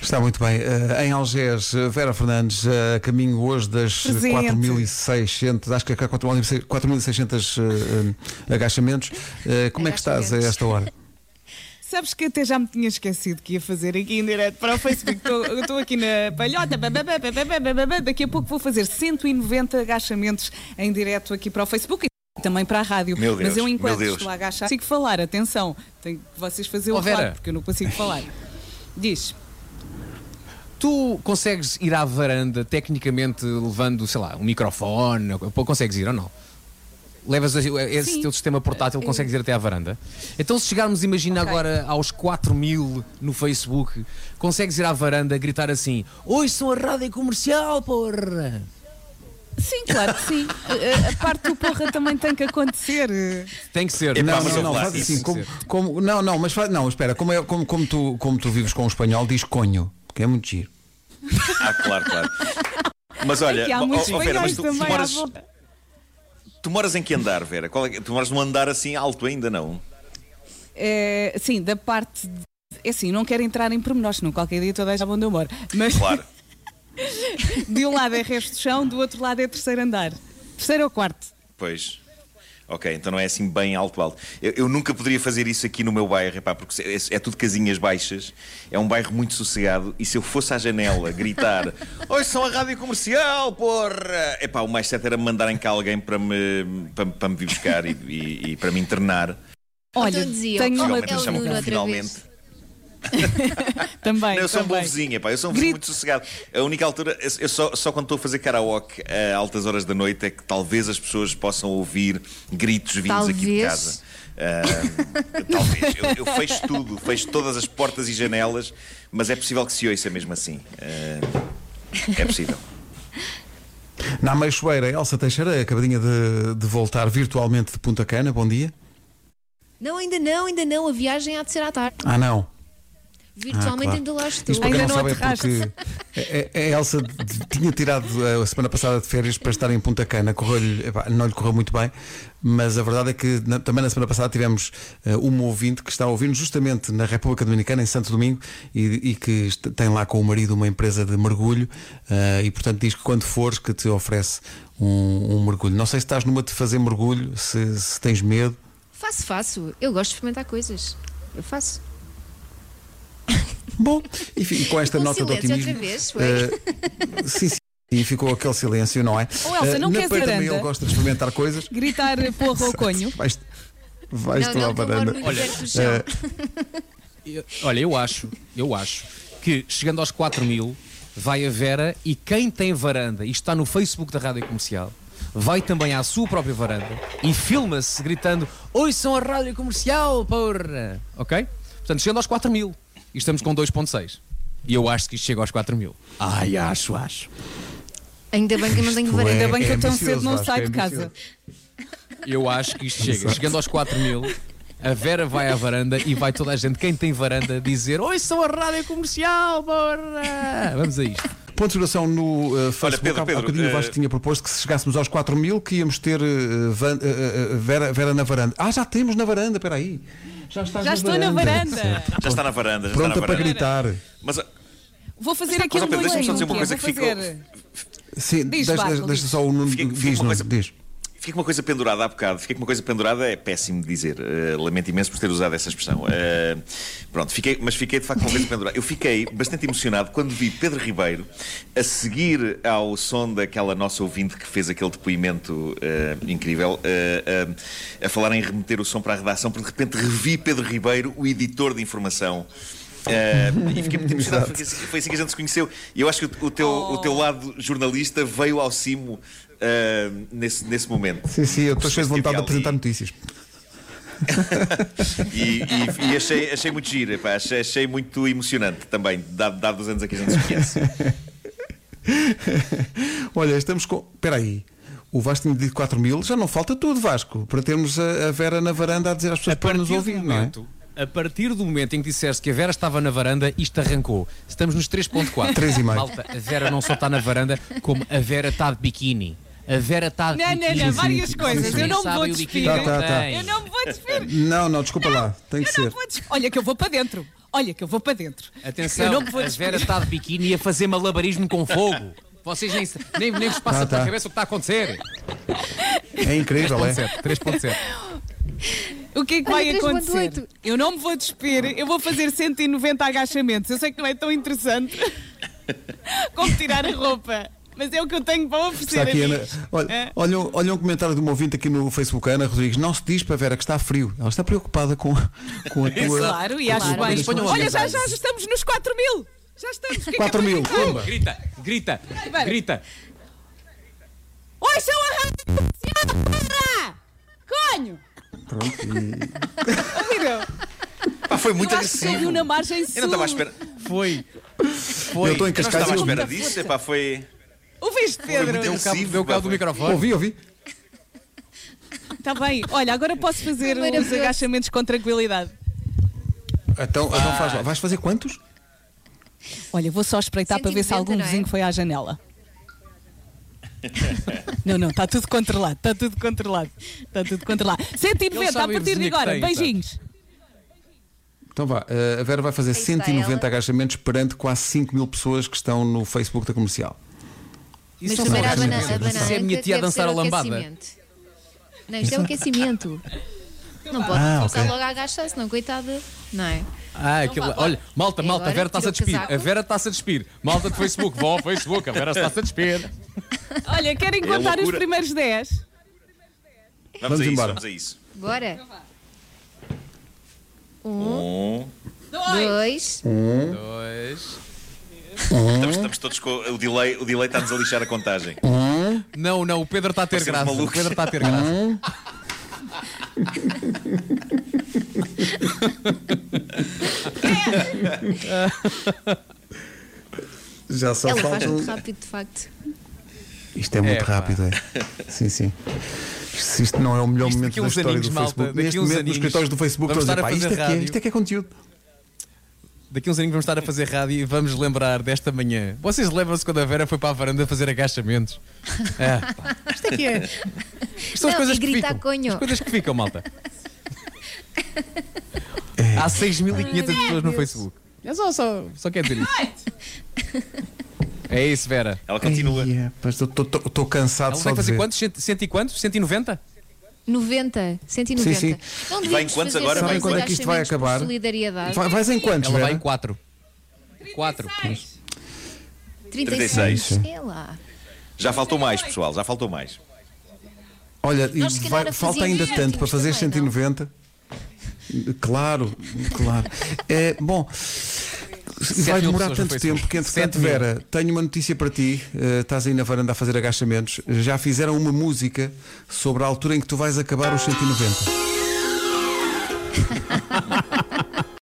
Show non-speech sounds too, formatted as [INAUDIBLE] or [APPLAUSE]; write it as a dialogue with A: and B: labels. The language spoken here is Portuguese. A: Está muito bem. Eh, em Algés, eh, Vera Fernandes, a caminho hoje das
B: Presente.
A: 4.600, acho que é 4.600 eh, eh, agachamentos. Eh, como é que estás a esta hora?
B: Sabes que até já me tinha esquecido que ia fazer aqui em direto para o Facebook. Tô- eu Estou aqui na palhota. bababá, bababá, bababá. Daqui a pouco vou fazer 190 agachamentos em direto aqui para o Facebook e também para a rádio.
C: Meu Deus,
B: Mas eu, enquanto
C: meu Deus.
B: estou a agachar, consigo falar. Atenção, tenho que vocês fazer
D: Ó,
B: o
D: Vera.
B: claro, porque eu não consigo falar. Diz.
D: Tu consegues ir à varanda tecnicamente levando, sei lá, um microfone? ou- ou Consegues ir ou não? Levas esse
B: Sim. Eh,
D: teu sistema portátil, consegues ir até à varanda. Então, se chegarmos, imagina
B: Ok.
D: agora aos 4 mil no Facebook, consegues ir à varanda gritar assim: Hoje são a rádio comercial, porra!
B: Sim, claro que sim. A, a- a parte do porra também tem que acontecer.
D: Tem que ser.
C: Epá,
A: Não,
C: mas
A: não,
C: eu
A: não,
C: faço
A: faz
C: isso.
A: assim. Como, como- não, não, mas faz, não, espera, como, é, como, como, tu, como tu vives com o espanhol, diz conho, que é muito giro.
C: Ah, claro, claro. Mas olha,
B: que há
C: ó-
B: muitos
C: ó, Vera,
B: espanhóis
C: mas tu, tu
B: também Ah, à
C: moras,
B: volta.
C: tu moras em que andar, Vera? Qual é que- tu moras num andar assim alto ainda, não?
B: É, sim, da parte. De, é assim, não quero entrar em pormenores, não qualquer dia toda já onde eu moro. Mas
C: Claro.
B: de um lado é resto de chão, do outro lado é terceiro andar. Terceiro ou quarto.
C: Pois. Ok, então não é assim bem alto, alto. Eu, eu nunca poderia fazer isso aqui no meu bairro, epá, porque é, é tudo casinhas baixas, é um bairro muito sossegado, e se eu fosse à
B: [LAUGHS]
C: janela gritar Hoje são a rádio comercial, porra! Epá, o mais certo era mandarem cá alguém para me, para, para me vir buscar e, e- e para me internar.
B: Olha,
E: Então diziam,
B: tenho uma
C: Finalmente
E: É o
C: eles chamam
E: Nuno
C: como
E: outra
C: finalmente.
E: vez.
B: também.
C: Não, eu sou um bom
B: também.
C: vizinho, pá, eu sou um vizinho
B: Grito.
C: muito sossegado. A única altura, eu- eu só, só quando estou a fazer karaoke eh, a altas horas da noite é que talvez as pessoas possam ouvir gritos vindos aqui de
E: Talvez.
C: casa. Ah, talvez. Eu, eu fecho tudo, fecho todas as portas e janelas, mas é possível que se ouça mesmo assim. Ah, é possível.
A: Na Meixoeira, Elsa Teixeira, acabadinha de, de voltar virtualmente de Punta Cana, bom dia.
E: Não, ainda não, ainda não. A viagem há de ser à tarde.
A: Ah, não.
E: Virtualmente
A: Ah, claro.
E: ainda lá estou.
A: Isto para quem
B: Ainda
A: não sabe
B: não
A: é
B: aterraste.
A: porque a- a a Elsa d- d- tinha tirado a semana passada de férias para estar em Punta Cana, correu-lhe, epá, não lhe correu muito bem, mas a verdade é que na- também na semana passada tivemos eh, uma ouvinte que está a ouvir justamente na República Dominicana, em Santo Domingo, e, e que est- tem lá com o marido uma empresa de mergulho, eh, e portanto diz que quando fores que te oferece um, um mergulho. Não sei se estás numa de fazer mergulho, se, se tens medo.
E: Faço, faço. Eu gosto de experimentar coisas. Eu faço.
A: Bom, enfim, e com esta
E: Um
A: nota de
E: silêncio
A: otimismo.
E: outra vez, foi?
A: eh, sim, sim. E ficou aquele silêncio, não é?
B: Oh, Elsa,
A: Eh,
B: não
A: na
B: queres
A: Peita
B: varanda?
A: ele gosta de experimentar coisas.
B: Gritar porra
C: [LAUGHS]
B: ou conho.
A: Vais, vais
E: não,
A: tu à
E: não, vou
A: varanda. é.
E: morrer perto do chão.
A: eh,
D: Eu- Olha, eu acho, eu acho que chegando aos 4 mil, vai a Vera e quem tem varanda e está no Facebook da Rádio Comercial, vai também à sua própria varanda e filma-se gritando: Oi, são a Rádio Comercial, porra! Ok? Portanto, chegando aos 4 mil e estamos com 2,6. E eu acho que isto chega aos 4 mil. Ai, acho, acho.
E: Ainda bem que eu não tenho
A: Isto
E: varanda.
B: Ainda bem que
A: É
B: eu tão
A: ambicioso,
B: cedo não
A: Vasco,
B: saio
A: é
B: de casa.
D: Eu acho que isto chega. Chegando aos 4 mil, a Vera vai à varanda e vai toda a gente, quem tem varanda, dizer: Oi, são a rádio comercial, porra! Vamos a isto.
A: Ponto de situação no eh, Facebook.
C: Pedro,
A: Há- Há
C: Pedro,
A: bocadinho o
C: eh,
A: Vasco tinha proposto que se chegássemos aos 4 mil que íamos ter eh, van- eh, eh, vera, vera na varanda. Ah, já temos na varanda, espera aí. Já, estás
B: Já estou na varanda.
C: Já está na varanda, já
A: Tá Pronta
C: está na
A: para
C: varanda.
A: gritar.
C: Mas, ó,
B: Vou fazer aqui
C: mas ó,
B: um
C: Pedro, deixa-me só dizer uma
B: banho,
C: coisa
B: vou
C: que ficou.
B: fazer.
A: Sim,
B: Diz,
A: deixa,
B: Vasco,
A: deixa
B: diz.
A: só o Nuno.
C: Fica- fica
A: diz,
C: uma
A: Nuno,
C: coisa-
A: diz.
C: Fiquei com uma coisa pendurada há bocado. Fiquei com uma coisa pendurada, é péssimo de dizer. Eh, lamento imenso por ter usado essa expressão. Eh, pronto, fiquei, mas fiquei de facto com uma coisa pendurada. Eu fiquei bastante emocionado quando vi Pedro Ribeiro a seguir ao som daquela nossa ouvinte que fez aquele depoimento eh, incrível, eh, eh, a falar em remeter o som para a redação, porque de repente revi Pedro Ribeiro, o editor de informação. Eh, e fiquei muito emocionado, foi assim, foi assim que a gente se conheceu. E eu acho que o- o teu, o teu lado jornalista veio ao cimo eh, nesse, nesse momento.
A: Sim, sim, eu estou cheio de vontade de apresentar notícias.
C: E, e- e achei, achei muito giro, epá, achei, achei muito emocionante também, dado, dado os anos a que a gente se conhece.
A: [LAUGHS] Olha, estamos com. Espera aí. O Vasco tinha dito 4 mil, já não falta tudo, Vasco, para termos a, a Vera na varanda a dizer às pessoas para nos ouvir,
D: do
A: não é?
D: momento, A partir do momento em que disseste que a Vera estava na varanda, isto arrancou. Estamos nos 3.4.
A: [LAUGHS] Três e meio.
D: Malta, a Vera não só está na varanda, como a Vera está de biquíni. A Vera está de
B: Não, não,
D: biquíni.
B: não, várias coisas. Eu não me vou
D: Sabem o
B: despir.
D: biquíni
A: Tá, tá,
D: que
A: tá.
D: tem.
B: Eu não me vou despir.
A: Não, não, desculpa lá, tem que
B: Eu não
A: ser.
B: vou despir. Olha que eu vou para dentro. olha que eu vou para dentro. Eu
D: Atenção,
B: não me vou
D: a Vera está de biquíni a fazer malabarismo com fogo. Vocês nem, se- nem, nem vos passa
A: Tá, tá.
D: pela cabeça o que está a acontecer.
A: É incrível, é?
D: 3.7, 3.7.
B: O que é que vai
E: Olha,
B: acontecer?
E: 3.8.
B: Eu não me vou despir, eu vou fazer 190 agachamentos. Eu sei que não é tão interessante como tirar a roupa, mas é o que eu tenho para oferecer.
A: Está aqui, Ana.
B: amigos.
A: Olha,
B: É.
A: olha, um- olha um comentário de uma ouvinte aqui no Facebook, a Ana Rodrigues. Não se diz para a Vera que está frio. Ela está preocupada com, com a tua.
B: Claro, e acho
E: Claro.
B: bem.
E: Mas
D: ponham a
B: Olha, já,
D: mensagem.
B: já estamos nos 4 mil. Já estamos. O que é que
A: 4
B: é
A: mil.
B: para gritar?
A: Pumba.
D: Grita, grita,
B: Vera.
D: grita.
B: Oi, sou a rádio comercial, porra! Conho! Pronto,
C: Pá, foi muito
B: eu acho que é se
C: agressivo.
B: ouviu na margem
C: Eu
B: sul.
C: não estava à espera.
D: Foi.
A: Eu
D: Foi.
A: estou em
C: Eu não
A: Cascais.
C: estava à
A: eu-
C: espera disso. Epá, foi.
B: Ouviste, Pedro?
C: muito
D: Deu o cabo,
C: agressivo,
D: deu o cabo do
C: pá,
D: microfone.
A: Ouvi, ouvi.
B: Está bem. Olha, agora posso fazer os
E: Maravilhoso.
B: agachamentos com tranquilidade.
A: Então,
C: Ah.
A: então faz lá. Vais fazer quantos?
B: Olha, vou só espreitar para ver se
E: 190,
B: algum
E: não é?
B: vizinho foi à
D: [LAUGHS]
B: janela. não, não, está tudo controlado, está tudo controlado. Está tudo controlado.
D: Ele
B: 190 a
D: sabe a
B: partir de
D: vizinha que
B: agora.
D: tem, sabe?
B: beijinhos.
A: Então vá, eh, a Vera vai fazer
E: Aí está
A: 190
E: ela.
A: agachamentos perante quase 5 mil pessoas que estão no Facebook da comercial.
E: Mas
D: não
E: também
D: são
E: a
A: faz
E: banana,
A: sentido.
E: a banana
D: Isso é a minha tia a
E: deve ser
D: dançar a
E: o
B: assim,
D: lambada.
B: é.
E: aquecimento. Não, isto é o aquecimento. Não pode
A: Ah,
E: começar
A: ok.
E: logo a agachar, senão coitada. Não é?
D: Ah, aquilo, olha, malta, malta, a
E: Agora
D: Vera está-se a
E: tira o
D: despir.
E: casaco.
D: A Vera está-se a despir. Malta de Facebook, vão ao Facebook, a
E: [LAUGHS]
D: Vera está-se a despir.
B: Olha, querem
D: É
B: contar os
C: loucura.
B: primeiros 10?
C: Vamos,
A: Vamos
C: a isso,
A: embora.
C: vamos a isso.
E: Bora. Um,
C: Um.
E: dois.
A: Um.
D: Dois.
C: Estamos, estamos todos com. O delay, o delay está-nos a lixar a contagem.
D: Não, não, o Pedro está a ter
C: Vocês
D: graça. O
C: malucos.
D: Pedro está a ter graça.
A: Já só um
E: Ela faz muito rápido, de facto.
A: Isto é muito
D: É, pá.
A: rápido, é.
D: [LAUGHS]
A: Sim, sim. Se isto não é o melhor
D: Isto
A: momento
D: daqui
A: da
D: uns
A: história
D: aninhos,
A: do
D: malta,
A: Facebook,
D: daqui
A: neste
D: uns
A: momento nos
D: aninhos
A: escritórios do Facebook,
D: vamos
A: estão a
D: estar a
A: dizer, "Pá, isto, é
D: fazer
A: que é,
D: rádio."
A: isto é que é conteúdo.
D: Daqui uns aninhos vamos estar a fazer rádio e vamos lembrar desta manhã. Vocês lembram-se quando a Vera foi para a varanda fazer
E: [LAUGHS]
D: agachamentos? Ah, pá, isto é que é. Isto são as
E: Não,
D: coisas
E: e
D: que
E: gritar
D: ficam.
E: conho.
D: As coisas que ficam, malta.
E: É.
D: Há 6.500 pessoas no Facebook. É só, só, só quer dizer isso. É isso, Vera.
C: Ela continua.
A: Ei, é, pá, estou- Estou estou cansado
D: Ela
A: só
D: vai
A: de
D: fazer
A: dizer.
D: quantos? Cento, cento e quantos? 190?
E: 90, 190.
A: Sim, sim.
E: Não
C: em
E: devíamos
C: quantos
E: fazer
C: agora?
E: só
C: Vai em
E: uns
C: quantos?
A: Quando é que isto vai
E: agachamentos por
A: acabar?
E: Solidariedade.
A: Vai- Vais em quantos,
D: Ela vai em
A: Vera?
D: 4. 4.
E: 36.
A: 36.
E: É lá.
C: Já faltou mais, pessoal. Já faltou mais.
A: Olha, e
E: Nós, se calhar,
A: vai-
E: a fazer
A: falta ainda
E: cem
A: tanto para fazer
E: também, não?
A: 190. Claro, claro. É, bom, vai
D: mil
A: demorar
D: pessoas
A: tanto
D: no Facebook.
A: tempo que, entretanto,
D: Sete mil.
A: Vera, tenho uma notícia para ti. Eh, estás aí na varanda a fazer agachamentos. Já fizeram uma música sobre a altura em que tu vais acabar os 190.